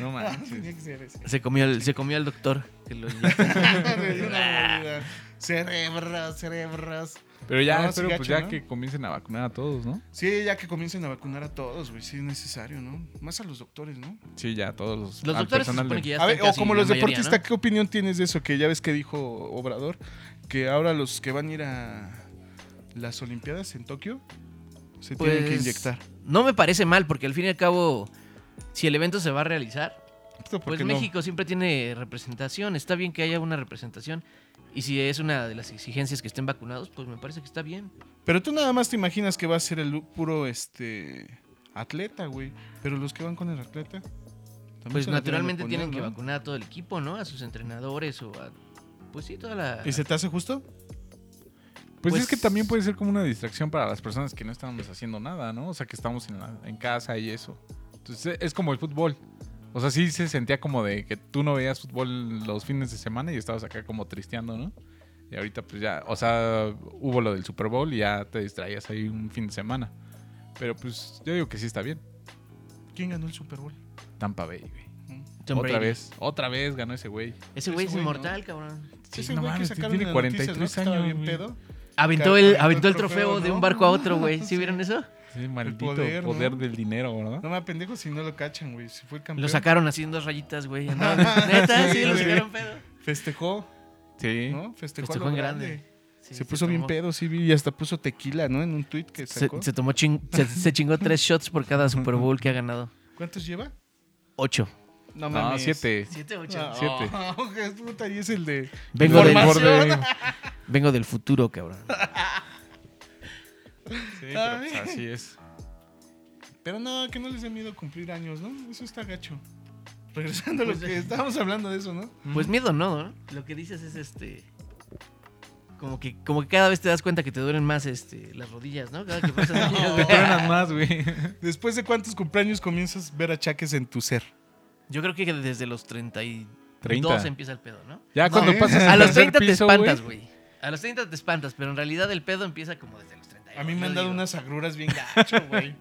No manches. Tenía que ser ese. Se comió, el- se comió al doctor. que lo- Una boluda. Cerebros, cerebros. Pero ya, No, sí espero pues gacho, ya ¿no? que comiencen a vacunar a todos, ¿no? Sí, ya que comiencen a vacunar a todos, güey. Sí, es necesario, ¿no? Más a los doctores, ¿no? Sí, ya, todos los, Los al doctores se personal supone de- que ya A están ver, o casi como la los mayoría, deportistas, ¿no? ¿qué opinión tienes de eso? Que ya ves que dijo Obrador, que ahora los que van a ir a las Olimpiadas en Tokio se tienen que Pues, inyectar. No me parece mal, porque al fin y al cabo, si el evento se va a realizar, Esto pues porque no- México siempre tiene representación. Está bien que haya una representación. Y si es una de las exigencias que estén vacunados, pues me parece que está bien. Pero tú nada más te imaginas que va a ser el puro este atleta, güey. Pero los que van con el atleta. también se la Pues deben de naturalmente poner, tienen que ¿no? vacunar a todo el equipo, ¿no? A sus entrenadores o a... Pues sí, toda la... ¿Y se te hace justo? Pues, Pues- es que también puede ser como una distracción para las personas que no estamos haciendo nada, ¿no? O sea, que estamos en, la- en casa y eso. Entonces, e- es como el fútbol. O sea, sí se sentía como de que tú no veías fútbol los fines de semana y estabas acá como tristeando, ¿no? Y ahorita pues ya, o sea, hubo lo del Super Bowl y ya te distraías ahí un fin de semana. Pero pues yo digo que sí está bien. ¿Quién ganó el Super Bowl? Tampa Bay, güey. Tom otra Brady. vez, otra vez ganó ese güey. Ese güey es Ese güey, inmortal, cabrón. Sí, Ese no güey que mames, sacaron tiene en las noticias, 43 ¿no? Que estaba años, bien güey. pedo. Aventó el, Aventó aventó el el trofeo trofeo, de un ¿no? barco a otro, güey. Sí. ¿Sí vieron eso? Ese maldito poder, poder, ¿no? del dinero, ¿verdad? No me pendejo si no lo cachan, güey. Si fue el campeón. Lo sacaron así en dos rayitas, güey. andaban- Neta, sí, Sí, lo sí. sacaron pedo. Festejó, Sí. ¿no? Festejó, a Festejó lo en grande. grande. Se, Sí, puso bien tomó- pedo, sí, vi, y hasta puso tequila, ¿no? En un tweet que Se, sacó. se tomó chin- se, se chingó tres shots por cada Super Bowl que ha ganado. ¿Cuántos lleva? Ocho. No mames. No, siete. ¿Siete, ocho? No, Siete. qué puta, y es el de. Vengo del, Formación. borde- vengo del futuro, cabrón. Sí, pero pues así es. Pero no, que no les dé miedo cumplir años, ¿no? Eso está gacho. Regresando a lo que estábamos hablando de eso, ¿no? Pues miedo no, ¿no? Lo que dices es este. Como que, como que cada vez te das cuenta que te duelen más este, las rodillas, ¿no? Cada que pasas años, Te güey. truenan más, güey. Después de cuántos cumpleaños comienzas a ver achaques en tu ser. Yo creo que desde los 32 30. empieza el pedo, ¿no? Ya cuando ¿eh? pasas A al los tercer 30 te piso, espantas, güey. A los 30 te espantas, pero en realidad el pedo empieza como desde los 30. A mí me han yo dado digo. unas agruras bien gacho, güey.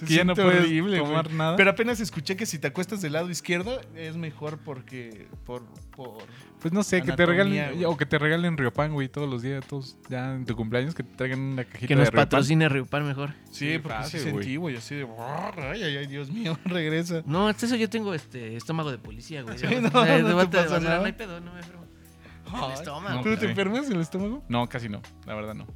Se Que ya no siente puedes horrible, tomar güey. nada. Pero apenas escuché que si te acuestas del lado izquierdo es mejor porque. Por, por... Pues no sé, que te Anatomía, regalen. güey. O que te regalen Riopan, güey, todos los días, todos ya en tu cumpleaños, que te traigan una cajita Que de nos Riopan. patrocine Reupan mejor. Sí, porque fácil, sí sentí, güey. Así de. Ay, ay, ay, Dios mío, regresa. No, hasta eso yo tengo este estómago de policía, güey. Sí, O sea, no, de- de- no de- te de- pasa de- de- nada. No hay pedo, no me enfermo. El Ay, estómago. ¿Tú te Sí. enfermas el estómago? No, casi no, la verdad no.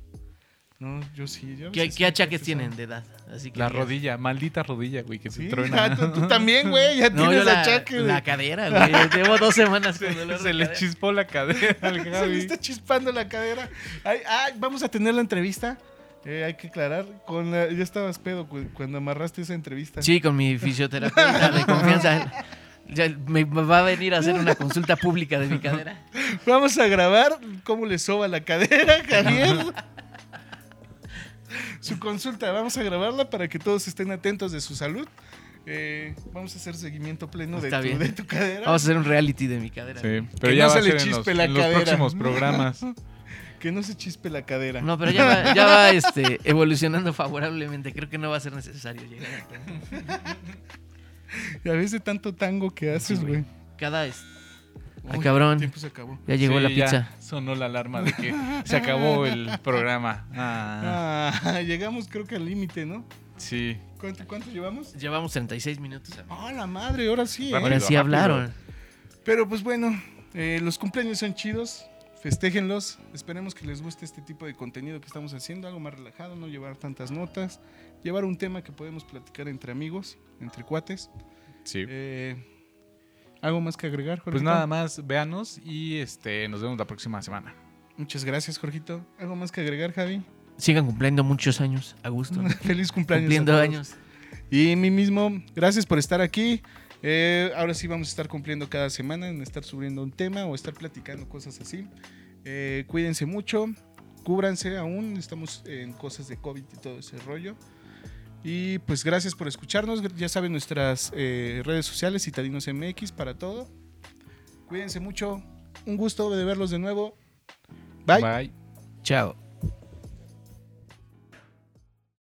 No, yo sí. este, Yo a ¿Qué, veces qué sí, achaques pesado. tienen de edad? Así que La digas, rodilla, maldita rodilla, güey, que Sí, se truena. ah, tú, tú también, güey. Ya No, yo tienes la, achaques. la cadera, güey. Llevo dos semanas con dolor. se de le cadera. chispó la cadera al Se me Javi. está chispando la cadera. Ay, ay, vamos a tener la entrevista. Eh, hay que aclarar. Con la- ya estabas pedo cu- cuando amarraste esa entrevista. Sí, con mi fisioterapeuta de confianza. Ya me va a venir a hacer una consulta pública de mi cadera. Vamos a grabar cómo le soba la cadera, Javier. Su consulta, vamos a grabarla para que todos estén atentos de su salud. Eh, vamos a hacer seguimiento pleno de Está tu, bien. de tu cadera. Vamos a hacer un reality de mi cadera. Sí, pero Que ya no va se a le ser en los, chispe la en los cadera. próximos programas. Que no se chispe la cadera. No, pero ya va, ya va este, evolucionando favorablemente. Creo que no va a ser necesario llegar a tanto. Y a veces de tanto tango que haces, güey. güey. Cada es- Ay, Uy, cabrón. el tiempo se acabó. Ya llegó Sí, la ya pizza. sonó la alarma de que se acabó el programa. Ah, Ah, llegamos creo que al límite, ¿no? sí. ¿Cuánto, cuánto llevamos? Llevamos 36 minutos. amigo. ¡Ah, la madre! Ahora sí. ¿eh? Ahora sí rápido. hablaron. Pero pues bueno, eh, los cumpleaños son chidos, festéjenlos, esperemos que les guste este tipo de contenido que estamos haciendo, algo más relajado, no llevar tantas notas, llevar un tema que podemos platicar entre amigos, entre cuates. Sí. Eh, ¿Algo más que agregar, Jorgito? Pues nada más, véanos y este nos vemos la próxima semana. Muchas gracias, Jorgito. ¿Algo más que agregar, Javi? Sigan cumpliendo muchos años. A gusto. Feliz cumpleaños. a Cumpliendo todos. años. Y mí mismo, gracias por estar aquí. Eh, ahora sí vamos a estar cumpliendo cada semana en estar subiendo un tema o estar platicando cosas así. Eh, cuídense mucho, cúbranse aún, estamos en cosas de COVID y todo ese rollo. Y pues gracias por escucharnos, ya saben nuestras eh, redes sociales, Citadinos MX para todo. Cuídense mucho, un gusto de verlos de nuevo. Bye. Bye. Chao.